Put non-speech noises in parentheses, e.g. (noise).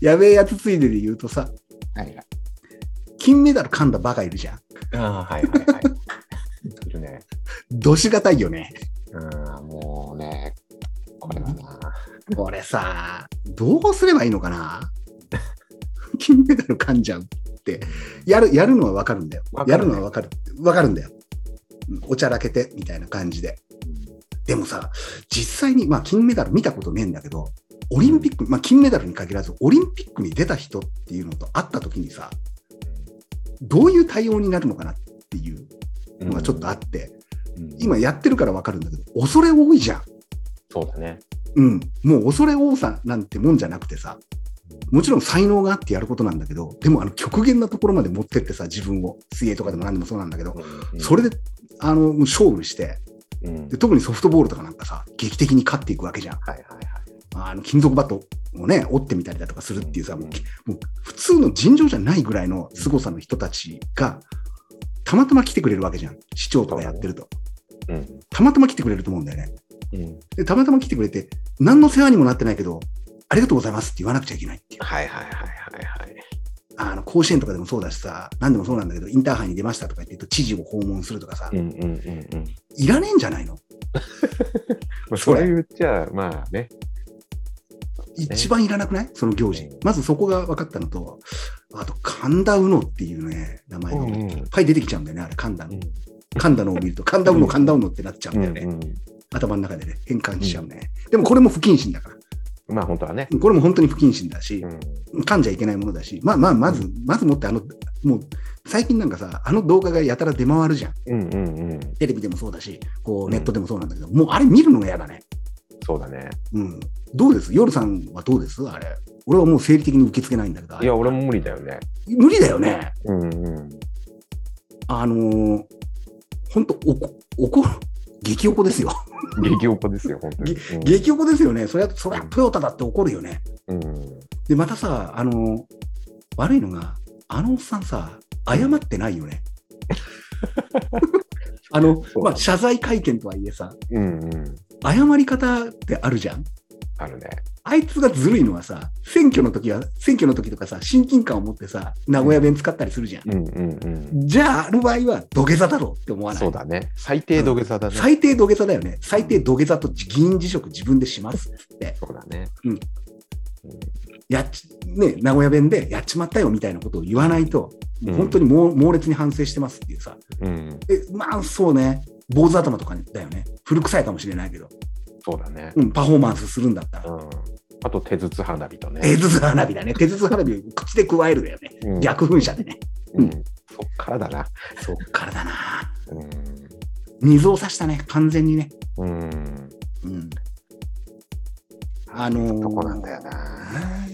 やべえやつついでで言うとさ、はいはい。金メダル噛んだバカいるじゃん。ああー、はいはいはい。い (laughs) るね。どしがたいよね。うん、もうね、これはな。これさ、どうすればいいのかな金メダル噛んじゃうって。やる、やるのはわかるんだよ。わかやるるねのはわかる。わかるんだよ。うんおちゃらけて、みたいな感じで。でもさ、実際に、まあ、金メダル見たことねえんだけど、オリンピック、まあ、金メダルに限らず、オリンピックに出た人っていうのと会った時にさ、どういう対応になるのかなっていううんのがちょっとあって、うん今やってるからわかるんだけど、恐れ多いじゃん。そうだね。うん、もう恐れ多さなんてもんじゃなくてさ、もちろん才能があってやることなんだけど、でもあの極限なところまで持ってってさ、自分を、水泳とかでも何でもそうなんだけど、それであの勝負してれ、うん、で、特にソフトボールとかなんかさ、劇的に勝っていくわけじゃん。はいはいはい。あの金属バットをね、折ってみたりだとかするっていうさ、もうん普通の尋常じゃないぐらいの凄さの人たちが、たまたま来てくれるわけじゃん、市長とかやってると。うんたまたま来てくれると思うんだよね。うん、で、たまたま来てくれて、何の世話にもなってないけど、ありがとうございますって言わなくちゃいけないっていう。はいはいはいはいはい。あの、甲子園とかでもそうだしさ、何でもそうなんだけど、インターハイに出ましたとか言って言うと、知事を訪問するとかさ、うんうんうんうん。いらねえんじゃないのまあそれ言っちゃ、まあね。一番いらなくないその行事うん。まずそこが分かったのと、あと、神田うのっていうね、名前がうんうんいっぱい出てきちゃうんだよね、あれ、神田うのん。神田のを見ると、神田ううの、ん神田うのってなっちゃうんだようね。ん頭の中でね、変換しちゃうね。でもこれも不謹慎だから。うんまあ本当はね。これも本当に不謹慎だし、うん噛んじゃいけないものだし、まあまあ、まず、まずもって、あの、もう、最近なんかさ、あの動画がやたら出回るじゃん。うんうんうん。テレビでもそうだし、こうう、んネットでもそうなんだけど、もうあれ見るのが嫌だね。そうだね。うん。どうです夜さんはどうですあれ。俺はもう生理的に受け付けないんだけど、あいれや、俺も無理だよね。無理だよね。うんうん。あのー、ほんと、おこ、おこ、激おこですよ。激おこですよ、本当に。うん激おこですよね。そりゃ、そりゃ、トヨタだって怒るよね。うん。で、またさ、あのー、悪いのが、あのおっさんさ、謝ってないよ (laughs) ね。あのそ、うまあ、謝罪会見とはいえさ、うんうん。謝り方ってあるじゃん。あるね。あいつがずるいのはさ、選挙の時は、選挙の時とかさ、親近感を持ってさ、名古屋弁使ったりするじゃん。うんうんじゃあ、ある場合は土下座だろうって思うわん。ない。そうだね。最低土下座だね。最低土下座だよね。最低土下座と議員辞職自分でしますっつって、そうだね。うんやっち、ね、名古屋弁でやっちまったよみたいなことを言わないと、うん本当に猛猛烈に反省してますっていうさ、うん。えまあそうね、坊主頭とかだよね、古臭いかもしれないけど、そうだね。うん、パフォーマンスするんだったうら、ん。あと、手筒花火と手ね。筒花火だね、手筒花火を口で加えるだよね、うん逆噴射でね、うん。そっからだな。そっからだな、うん。水を差したね、完全にね、うん。うん、あのーとこなんだよな。ね